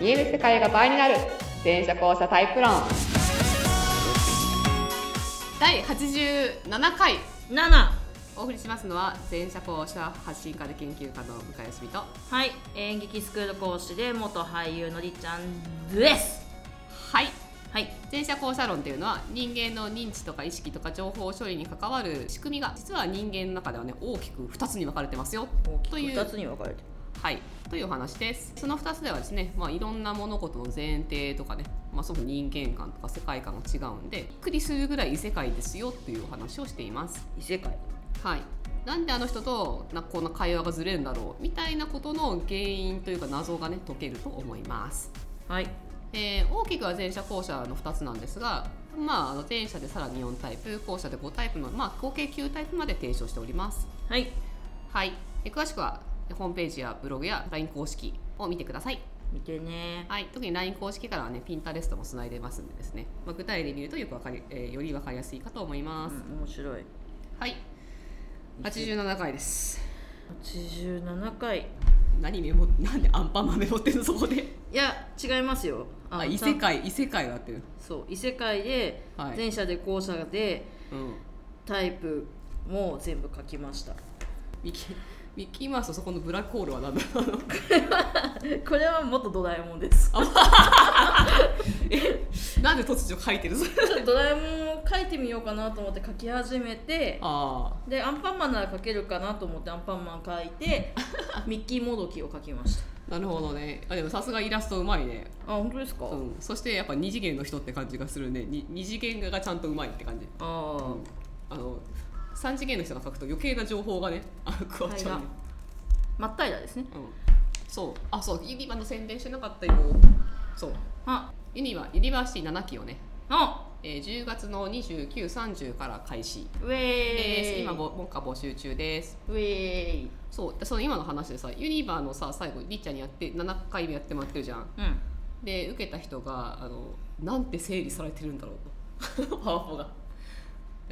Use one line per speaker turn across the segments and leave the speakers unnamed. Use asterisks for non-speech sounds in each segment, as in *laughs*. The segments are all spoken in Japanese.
見える世界が倍になる全車交差タイプ論第87回
七。
お送りしますのは全社交差発信家で研究家の向井よしみと
はい、演劇スクール講師で元俳優のりっちゃんです。
はい
はい、
全社交差論というのは人間の認知とか意識とか情報処理に関わる仕組みが実は人間の中ではね大きく2つに分かれてますよという
二つに分かれてる。
はい、というお話ですその2つではですね、まあ、いろんな物事の前提とかね、まあ、そもそも人間観とか世界観が違うんでびっくりするぐらい異世界ですよっていうお話をしています。
異世界。
はいなんであの人となこんな会話がずれるんだろうみたいなことの原因というか謎がね解けると思います。
はい。
えー大きくは前者後者の2つなんですが、まあ、あの前者でさらに4タイプ後者で5タイプの、まあ、合計9タイプまで提唱しております。
はい。
はい、え詳しくはホームページやブログや LINE 公式を見てください、
見てね。
はい、特に LINE 公式からはねピンタレストもつないでますんでですね、まあ、具体例で見るとよくわかり、えーよりわかりやすいかと思いま
うん
す、、
面白い。
はい87回です
八十七回。
何メモなんでアンパンマンメモってんのそこで
いや、違いますよ。
あ
の
異
ちゃん
世界異世界はってる
そう、異世界で、
はい
前者で後者で、
うん
タイプも全部書きました。 *laughs*
ミキミッキーマウスとそこのブ *laughs* ラックホールは何だろう
これは元ドラえもんです。
えなんで突如書いてるそれ
ちょっと *laughs* ドラえもんを書いてみようかなと思って書き始めて。
あ
でアンパンマンなら描けるかなと思ってアンパンマン描いて
*laughs*
ミッキーもどきを描きました
あなるほどねあでもさすがイラストうまいね
あ本当ですか、
うん、そしてやっぱ二次元の人って感じがするねに二次元がちゃんとうまいって感じ
あー
あの三次元の人が書くと余計な情報がね *laughs* あの加わっちゃうね、
まったいだですね
うん、そうあそうユニバの宣伝してなかったよそう
あ
ユニバユニバーシティ7期をね、
あ
えー、10月の2930から開始
ウェー
です
イ
今ぼ文化募集中です
ウェーイ
そうでその今の話でさユニバのさ最後りっちゃんにやって7回目やってもらってるじゃん
うん
で受けた人があのなんて整理されてるんだろうと *laughs* パワポが。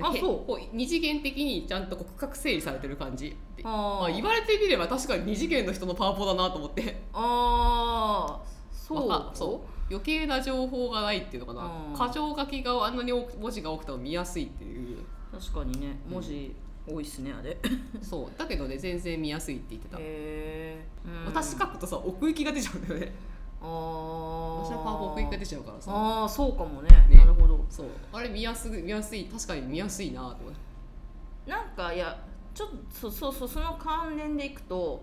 あ
へ
そう
こ二次元的にちゃんとこう区画整理されてる感じで
あ
あ言われてみれば確かに二次元の人のパワポだなと思って
あーそう
わかそう余計な情報がないっていうのか
うん
な箇条書きがあんなに多く文字が多くても見やすいっていう
*laughs* 確かにね文字多いっすねあ
*laughs*
れへ
そうだけどね全然見やすいって言ってた、
え
私書くとさ奥行きが出ちゃうんだよね
あー
私のパワポ奥行きが出ちゃうからさ
あーそうかもね
ね
なるほど
そうあれ見やす見やすい確かに見やすいなと思って
なんかいやちょっとそうそうそうその関連でいくと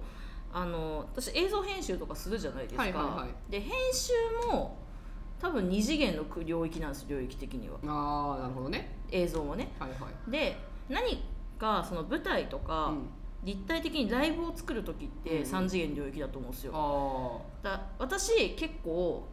あの私映像編集とかするじゃないですか、
はいはいは
で編集も多分二次元の領域なんです領域的には
ああなるほどね
映像もね
はいはい
で何かその舞台とか、
うん
立体的にライブを作る時っ
うんう
て
ん
三次元領域だと思うんですよ、
あ
だ私結構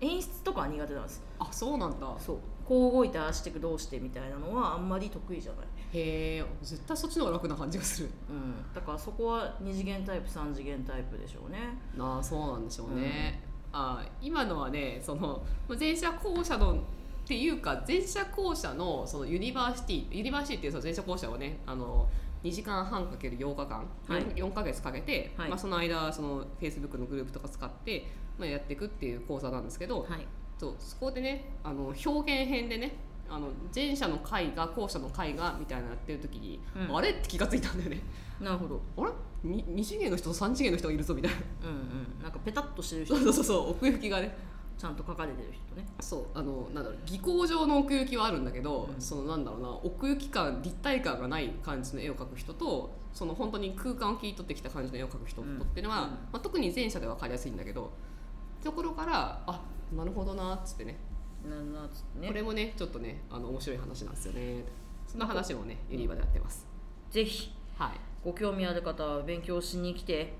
演出とかは苦手なんです
ーあそうなんだ
そうこう動いてああしてどうしてみたいなのはあんまり得意じゃない
へえ絶対そっちの方が楽な感じがする
うん、だからそこは二次元タイプ三次元タイプでしょうね
ああそうなんでしょうね、あー今のはねそのまあ前者後者のっていうか前者後者のそのユニバーシティユニバーシティっていうその前者後者をねあの2時間半かける8日間、
はい
4, ヶ月かけて、
はい
まあ、その間その Facebook のグループとか使って、まあ、やっていくっていう講座なんですけど、
はい
そうそこでねあの表現編でねあの前者の回が後者の回がみたいなのやってる時に、
うん
あれって気がついたんだよね
なるほど
あれに二次元の人と三次元の人がいるぞみたいな
うんうんなんかペタッとしてる
そ
人
うそうそうそう奥行きがね
ちゃんと書かれてる人ね
そうあのなんだろう技巧上の奥行きはあるんだけど、
うん
そのなんだろうな奥行き感立体感がない感じの絵を描く人とその本当に空間を切り取ってきた感じの絵を描く人
うん
っていうのは、
うん
まあ、特に前者で分かりやすいんだけどところからあなるほどなっつってね
なんなつ
こ
ね
れもねちょっとねあの面白い話なんですよねその話もねユニバでやってます
ぜひ
はい
ご興味ある方は勉強しに来て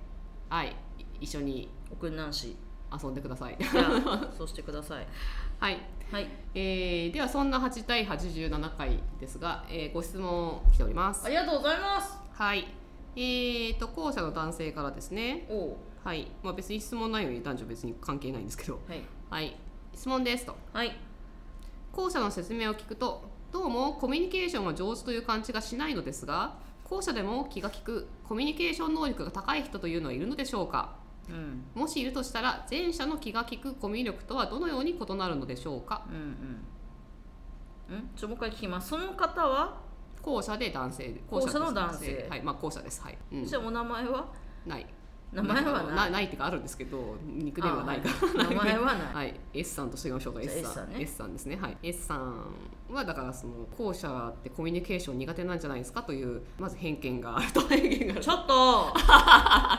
はいい一緒に
奥南市
遊んでください
じゃ *laughs* あそうしてください
*laughs* はい、
はい
えー、ではそんな8対87回ですが、えーご質問来ております
ありがとうございます
はいえーと後者の男性からですね
おう
はいまあ別に質問内容に男女別に関係ないんですけど
はい
はい質問ですと
はい
後者の説明を聞くとどうもコミュニケーションが上手という感じがしないのですが後者でも気が利くコミュニケーション能力が高い人というのはいるのでしょうか
うん
もしいるとしたら前者の気が利くコミュ力とはどのように異なるのでしょうか
うんうんんちょもう一回聞きますその方は、
後者で男性
後者の男性
はいまあ後者ですはい、うん
じゃあお名前は
ない
名前は
あの
ない
ないっていうかあるんですけどニックネームはないから
ら名前はない
はい、S さんとしてみましょうか
じゃあ
S さん S さ
S さ
ん,、
んね
ですね、はい、S さんはだからその後者ってコミュニケーション苦手なんじゃないですかというまず偏見があ *laughs* ると偏見がある
ちょっ *laughs*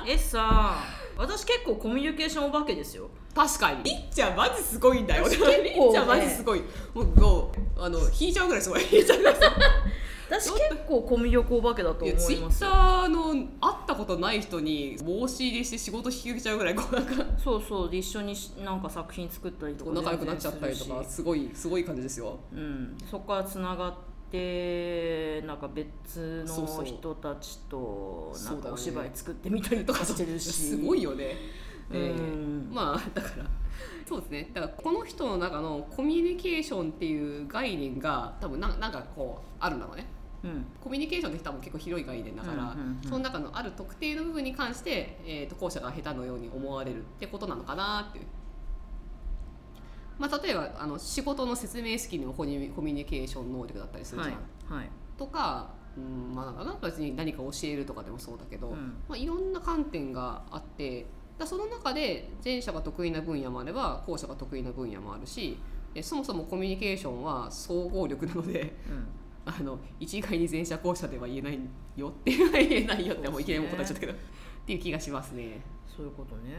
と S さん私結構コミュニケーションお化けですよ
確かにりっちゃんマジすごいんだより
私
っ
結構ね
ちゃんマジすごいもうもうあの引いちゃうぐらいす *laughs* ごい引いちゃうぐらいす
私結構コミュ力お化けだと
ご
思
いツイ
いま
ッ
す
ターの会ったことない人に申し入れして仕事引き受けちゃうぐらいこうなんか
そうそうで一緒にしなんか作品作ったりとか
仲良くなっちゃったりと
全然
か
す
すごいすごい感じですよ
るしうん、そこからつながってなんか別
そうそ
の
う
人たちとな
そう
ん
だ
か
ね
お芝居作ってみたりとかしてるし
すごいよね、
う
えー
ん
まあだからそうですねだからこの人の中のコミュニケーションっていう概念が多分ななんかこうあるんだろうね
うん
コミュニケーションって多分結構広い概念だから、
うんうんうん
その中のある特定の部分に関して、えー、と後者が下手のように思われるってことなのかなっていう。まあ、例えばあの仕事の説明式にもコミュニコミュニケーション能力だったりする
は
じゃ
い
ん、
はい
とか、うんまあ、なんかな別に何か教えるとかでもそうだけど、
うん
まあ、いろんな観点があってだその中で前者が得意な分野もあれば後者が得意な分野もあるしえそもそもコミュニケーションは総合力なので *laughs*
うん
あの一概に前者後者では言えないよっていうのは言えないよってもういきなりもう答えちゃったけどっていう気がしますね。
そういうことね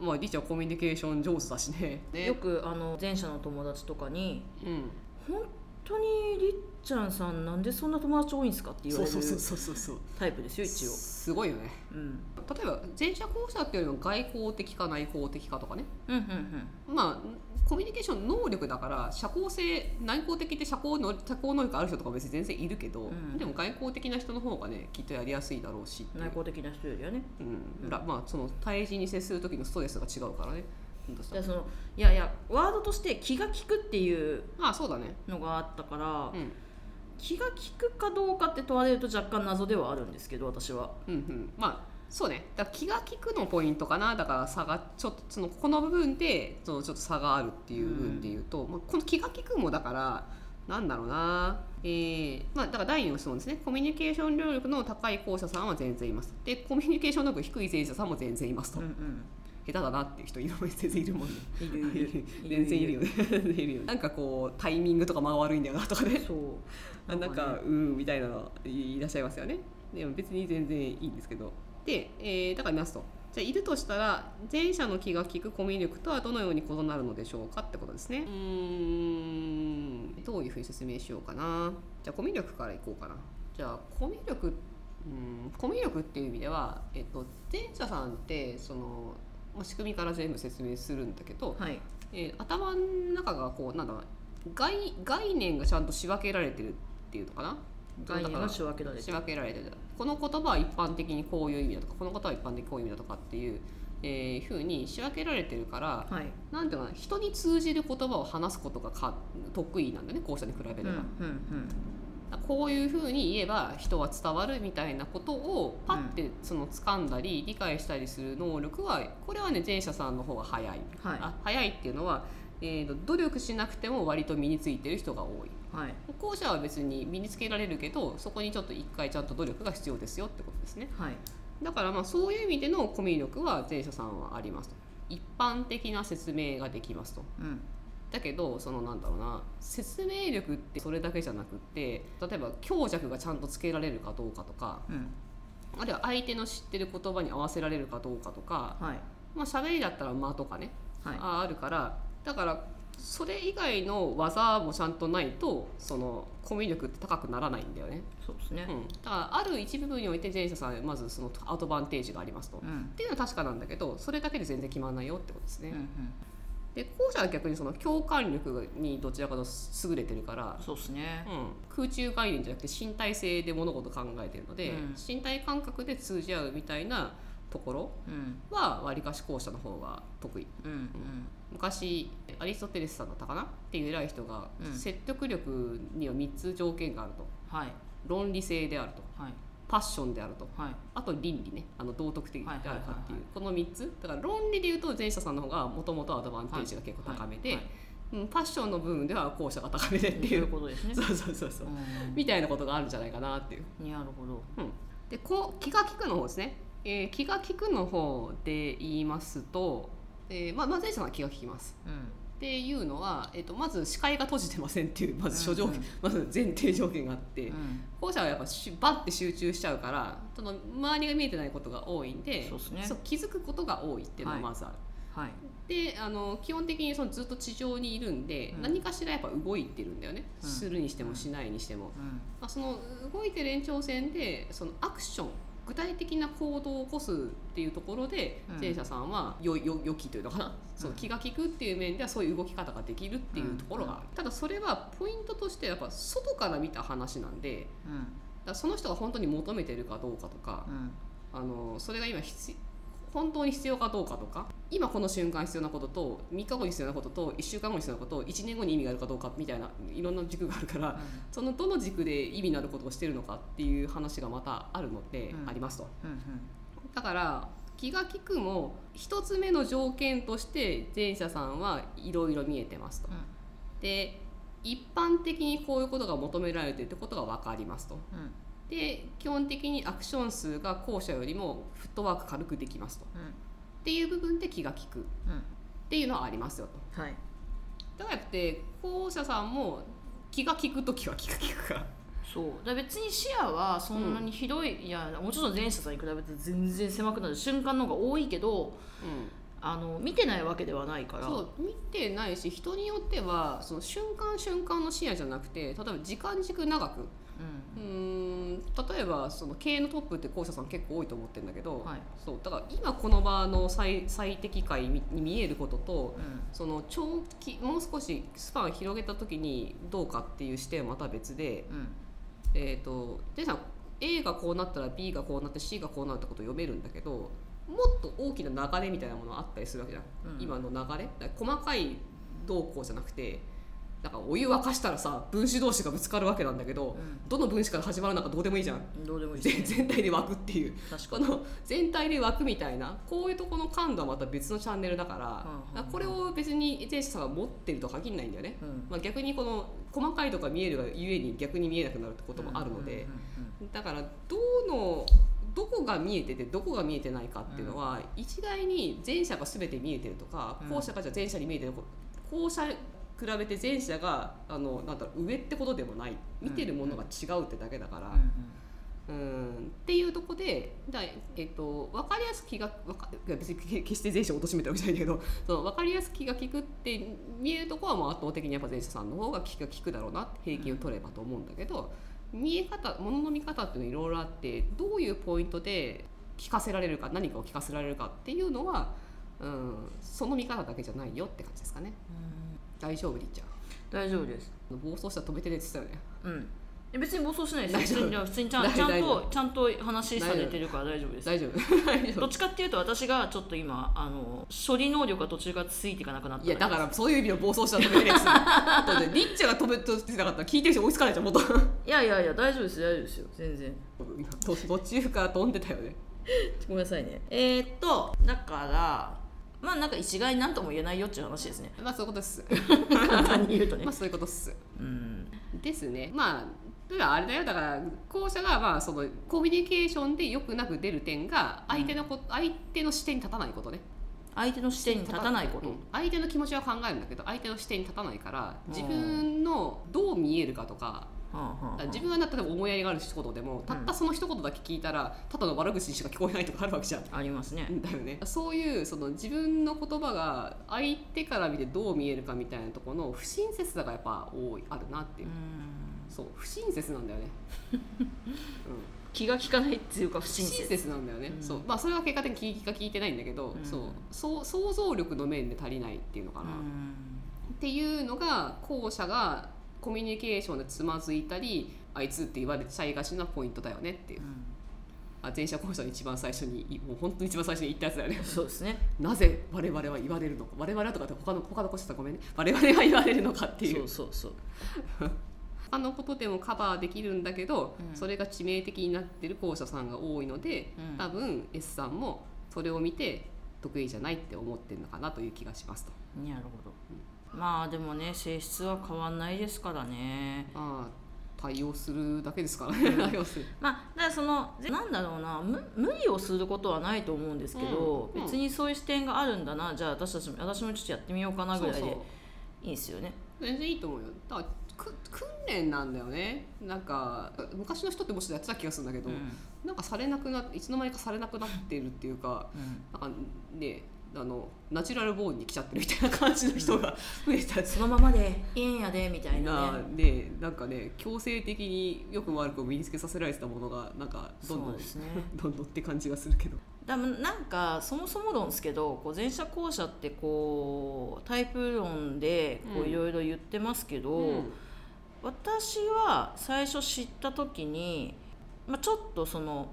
まあ、リチはコミュニケーション上手だしね。ね
よくあの前者の友達とかに
うん、
「本当にりっちゃんさんなんでそんな友達多いんですか?」って言わ
そう
れ
そ
る
うそうそうそう
タイプですよ一応、
すごいよね
うん、
例えば前者後者っていうよりも外交的か内向的かとかね
うんうんうん
まあコミュニケーション能力だから社交性内向的って社交の社交能力ある人とか別に全然いるけど、
うん
でも外交的な人の方がねきっとやりやすいだろうしっていう
内向的な人よりはね
うんらまあその対人に接する時のストレスが違うからねほんとさ
じゃあそのいやいやワードとして気が利くっていう
ああそうだね
のがあったから、
うん
気が利くかどうかって問われると若干謎ではあるんですけど私は
うんうんまあそうねだから気が利くのポイントかなだから差がちょっとそのここの部分でそのちょっと差があるっていう部分で言うと、まあ、この気が利くもだからなんだろうなえーまあ、だから第2の質問ですねコミュニケーション能力の高い校舎さんは全然いますでコミュニケーション能力低い前者さんも全然いますと、
うん
下
うん
手だなっていう人いる *laughs* もん全然いるもんね
いるいる
全然いるよねいるよねなんかこうタイミングとか間が悪いんだよなとかね
そう
*laughs* あなんか、
ね
うーんみたいなのいらっしゃいますよねでも別に全然いいんですけどで、えーだから見ますとじゃあいるとしたら前者の気が利くコミュ力とはどのように異なるのでしょうかってことですねうーんどういうふうに説明しようかなじゃあコミュ力からいこうかなじゃあコミュ力うーんコミュ力っていう意味では、えっと、前者さんってそのまあ仕組みから全部説明するんだけど、
はい
えー頭の中がこうなんだろう概概念がちゃんと仕分けられてるっていうのかな
概念
だから
が仕分けられ
仕
てる
分けられてるこの言葉は一般的にこういう意味だとかこの言葉は一般的にこういう意味だとかっていう、えー、ふうに仕分けられてるから
はい
なんていうのかな人に通じる言葉を話すことがか得意なんだね後者に比べれば、
うんうんうん
こういうふうに言えば人は伝わるみたいなことをパッてその掴んだり理解したりする能力はこれはね前者さんの方が早い、
はい
あ早いっていうのは、えーと努力しなくても割と身についてる人が多い
はい
後者は別に身につけられるけどそこにちょっと一回ちゃんと努力が必要ですよってことですね
はい
だからまあそういう意味でのコミュ力は前者さんはありますと一般的な説明ができますと
うん
だけどそのなんだろうな説明力ってそれだけじゃなくって例えば強弱がちゃんとつけられるかどうかとか
うん
あるいは相手の知ってる言葉に合わせられるかどうかとか
はい
まあ喋りだったら間とかね、
はい
ああるからだからそれ以外の技もちゃんとないとそのコミュ力って高くならないんだよね、
そうですね
うん、だからある一部分において前者さんはまずそのアドバンテージがありますと。っ
うんうん
ていうのは確かなんだけどそれだけで全然決まらないよってことです
う
ね。
ん
で後者は逆にその共感力にどちらかと優れてるから、
そうですね
うん、空中概念じゃなくて身体性で物事を考えてるので、
うん
身体感覚で通じ合うみたいなところ
うん
はわりかし後者の方が得意
うんうん
昔アリストテレスさんだったかなっていう偉い人が、
うん
説得力には3つ条件があると
はい
論理性であると
はい
パッションであると
はい
あと倫理ねあの道徳的であるかっていう、
はいはいはいはい
この3つだから論理でいうと前者さんの方がもともとアドバンテージが結構高めで、
はいはい
うん、パッションの部分では後者が高めでって
と
い
いううことですね
*laughs* そうそうそうそうみたいなことがあるんじゃないかなっていう。
うんなるほど
でこう気が利くの方ですね、えー気が利くの方で言いますと、えーまあ、まず前者さんは気が利きます。
うん
っていうのは、えっとまず視界が閉じてませんっていうまず諸条件、
うんうん
まず前提条件があって、
うん
後者はやっぱしバッて集中しちゃうからその周りが見えてないことが多いんで
そうっすね
う気づくことが多いっていうのがまずある、
はい
であの基本的にそのずっと地上にいるんで、
うん
何かしらやっぱ動いてるんだよね、
うん
するにしてもしないにしても、
うん
まあ、その動いてる延長線でそのアクション具体的な行動を起こすっていうところで
うん
前者さんはよよ良きというのかなその気が利くっていう面ではそういう動き方ができるっていうところがある、ただそれはポイントとしてやっぱ外から見た話なんで
うん
だからその人が本当に求めてるかどうかとか
うん
あのそれが今必本当に必要かどうかとか今この瞬間必要なことと3日後に必要なことと1週間後に必要なこと1年後に意味があるかどうかみたいないろんな軸があるからそのどの軸で意味のあることをしてるのかっていう話がまたあるので、
うん
ありますと
うん
だから気が利くも一つ目の条件として前者さんはいろいろ見えてますと
うん
で一般的にこういうことが求められてるってことが分かりますと
うんうん
で基本的にアクション数が後者よりもフットワーク軽くできますとっていう部分で気が利くっ
うんうん
ていうのはありますよと
はい
だからやって後者さんも気が利く時は気が利くから
そうだから別に視野はそんなに広い、いやもちろん前者さんに比べて全然狭くなる瞬間の方が多いけど
うん
あの見てないわけではないから
そう見てないし人によってはその瞬間瞬間の視野じゃなくて例えば時間軸長くうーん例えばその経営のトップって校舎さん結構多いと思ってるんだけど、
はい
そうだから今この場の最最適解にに見えることと
うん、うん
その長期もう少しスパン広げた時にどうかっていう視点はまた別で、
うん
えー、とでさん A がこうなったら B がこうなって C がこうなるってことを読めるんだけどもっと大きな流れみたいなものがあったりするわけじゃん
うん
今の流れだから細かい動向じゃなくてなんかお湯沸かしたらさ分子同士がぶつかるわけなんだけどどの分子から始まるのかどうでもいいじゃん
うん、どうでもいい
全
です、ね、
全体で沸くっていう
確か
こ
に、
の全体で沸くみたいなこういうとこの感度はまた別のチャンネルだから
うん
だからこれを別に前者さんが持ってるとは限らないんだよね、
うん、
まあ、逆にこの細かいとこが見えるがゆえに逆に見えなくなるってこともあるので。
うんうん
だからどのどこが見えててどこが見えてないかっていうのは、一概に前者が全て見えてるとか
うん
後者がじゃあ前者に見えてること後者比べて前者があのなんだろう上ってことでもない見てるものが違うってだけだから、うんっていうとこでだ、えっと、分かりやすく気がわかいや別にけ決して前者を貶としめてるわけじゃないんだけど *laughs* その分かりやすく気が利くって見えるとこはもう圧倒的にやっぱ前者さんの方が気が利くだろうなって平均を取ればと思うんだけど、見え方ものの見方っていうのいろいろあってどういうポイントで聞かせられるか何かを聞かせられるかっていうのは、うん、その見方だけじゃないよって感じですかね。
うん
大丈夫りっちゃん
大丈夫です、
あの暴走したら止めてねって言ってたよね。
うん、え別に暴走しないです
大丈夫
普通に普通にちゃん
大
ちゃん
大丈
とちゃんと話されてるから大丈夫です
大丈
*laughs*
夫大丈
ど
夫
っちかっていうと私がちょっと今あの処理能力が途中からついていかなくなった
いやだからそういう意味の暴走したら止めてねって言ってただってりっちゃんが止めとしてなかったら聞いてる人追いつかないじゃんもっと
いやいやいや大丈夫です大丈夫ですよ全然
途 *laughs* 途中から飛んでたよね。
ごめんなさいねえー、っとだからまあなんか一概になんとも言えないよっていう話
*laughs*
ですね
まあそういうことっす。
簡単に言うとね
まあそういうことっす。
うん
ですねまあだからあれだよだから後者がまあそのコミュニケーションでよくなく出る点が相手のこ、相手の視点に立たないことね
相手の視点に立たないこと、
うん相手の気持ちは考えるんだけど相手の視点に立たないから
うん
自分のどう見えるかとか
はあはあはあ
自分はなったら思いやりがある一言でもたったその一言だけ聞いたらただの悪口にしか聞こえないとかあるわけじゃん。
ありますね
だよね、 *laughs* そういうその自分の言葉が相手から見てどう見えるかみたいなところの不親切さがやっぱ多いあるなっていうう、
ん
そう不親切なんだよね、うん、
気が利かないっていうか不
不
親
親
切
切なんだよね、
うん
そうまあそれは結果的に聞が聞いてないんだけど、
うん
そうそう想像力の面で足りないっていうのか
う
な、っ
ん
ていうのが後者がコミュニケーションでつまずいたりあいつって言われちゃいがちなポイントだよねっていううんあ前者後者の一番最初にもう本当に一番最初に言ったやつだよね
そうですね
なぜ我々は言われるのか我々はとかって他の他の子たちはごめんね我々は言われるのかってい
そううそうそう
他のことでもカバーできるんだけど、
うん
それが致命的になってる校舎さんが多いので、
うん
多分 S さんもそれを見て得意じゃないって思ってるのかなという気がしますと。
なるほど、まあでもね性質は変わんないですからね
まあ対応するだけですからね *laughs* 対応する。
まあだからそのぜなんだろうなむ無理をすることはないと思うんですけど、
うんうん
別にそういう視点があるんだなじゃあ私たちも私もちょっとやってみようかなぐらい
そう
で
そう
いいですよね
全然いいと思うよだからく訓練なんだよねなんか昔の人ってもうちょっとやってた気がするんだけど、
うん
なんかされなくないつの間にかされなくなってるっていうか
うん
なんかねあのナチュラルボーンに来ちゃってるみたいな感じの人が増えた
そのままでいいんやでみたい
な
なね
でなんかね強制的によくも悪くも身につけさせられてたものがなんかどんど、
そうんですね
どんどんって感じがするけど。
だなんかそもそも論ですけどこう前者後者ってこうタイプ論でこ
う
うんいろいろ言ってますけど、
うん
私は最初知った時に、まあ、ちょっとその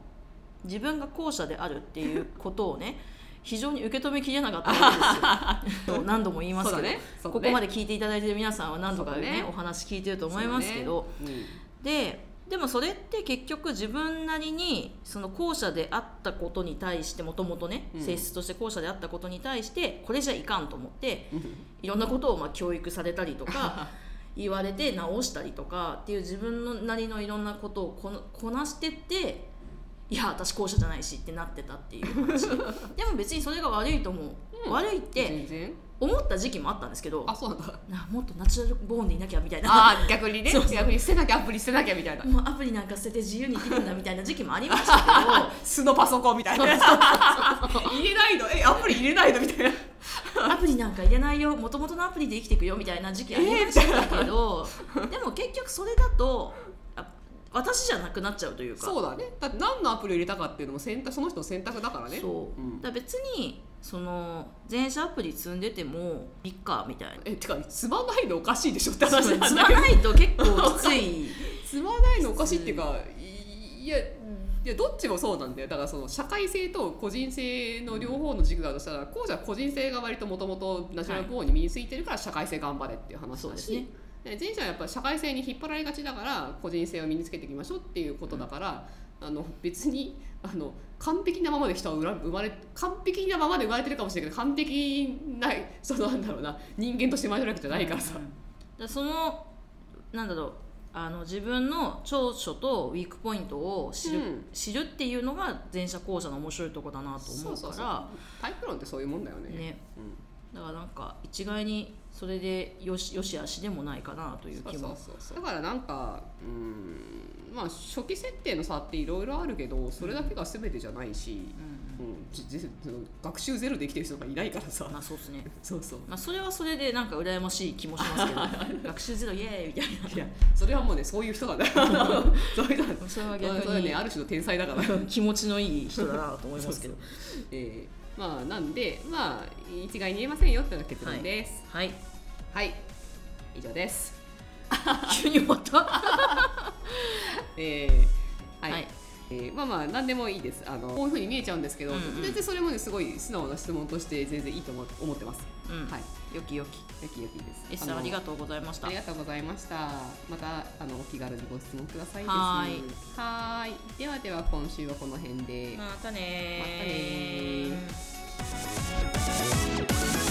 自分が後者であるっていうことをね
*laughs*
非常に受け止めきれなかったわけ
*laughs*
ですよと何度も言いますけ
そ
ど、
うだねそうだ
こ
ね
こまで聞いていただいてる皆さんは何度かね
そうだね
お話聞いてると思いますけど、
そうだね
ででもそれって結局自分なりにその後者であったことに対してもともとね、
うん
性質として後者であったことに対してこれじゃいかんと思って
うんうん
いろんなことをまあ教育されたり
*laughs*
とか言われて直したりとかっていう自分のなりのいろんなことをこなこなしてっていや私後者じゃないしってなってたっていう
*laughs*
話でも別にそれが悪いと思う、
うん
悪いって
全然
思った時期もあったんですけど
あそうなんだ
なもっとナチュラルボーンでいなきゃみたいな
あー逆にね
そうそう
逆に捨てなきゃアプリ捨てなきゃみたいな
もうアプリなんか捨てて自由に生きるんだみたいな時期もありましたけど
素のパソコンみたいな入れないのえアプリ入れないのみたいな *laughs*
アプリなんか入れないよもともとのアプリで生きていくよみたいな時期ありましたけど、でも結局それだとあ私じゃなくなっちゃうという
*laughs*
か
そうだねだって何のアプリを入れたかっていうのも選択その人の選択だからね
そう、
うん
だから別にその全社アプリ積んでてもいっかみたいな
えてかつまないのおかしいでしょって話なんだけ
積
ど
まないと結構きつ
*laughs*
い
つまないのおかしいっていうかいいやいやどっちもそうなんだよだからその社会性と個人性の両方の軸があるとしたら後者は個人性が割ともともとナチュラルボーンに身についてるから社会性頑張れっていう話
そう
だ
で
し、
すね
で前者はやっぱり社会性に引っ張られがちだから個人性を身につけていきましょうっていうことだから、あの別にあの完璧なままで人はうら生まれ完璧なままで生まれてるかもしれないけど完璧ないそのなんだろうな人間として生まれるわけじゃないからさ
うん。だからそのなんだろうあの自分の長所とウィークポイントを知る,、
うん
知るっていうのが前者後者の面白いとこだなと思うから
そうそうそうタイプ論ってそういうもんだよね。
ね
うん
だからなんか一概にそれでよしよし悪しでもないかなという気
そう
も
そうそうそうだからなんかうんまあ初期設定の差っていろいろあるけどそれだけが全てじゃないし、
うん
うんじじその学習ゼロで生きてる人がいないからさ
うんまあそうですね
そうそう
まあそれはそれでなんか羨ましい気もしますけ
*laughs*
ど学習ゼロイエーイみたいない
やそれはもうねそういう人だね *laughs* そういう人だね
それは
それ
逆
は
に
ねある種の天才だから、
*laughs* 気持ちのいい人だなと思いますけど
えーまあなんでまあ一概に言えませんよっていうのが結論です
はい
はい、以上です
*laughs* 急に終わった
えーはい、
はい
えーまあまあ何でもいいですあのこういうふうに見えちゃうんですけど、
うんうん
全然それもねすごい素直な質問として全然いいと思思ってます、
うん
はい
よきよき
よきよきです
S さんありが
と
とうございました
ありがとうございましたまたあのお気軽にご質問くださいです
はーい
はーいではでは今週はこの辺で、
またねー
またねー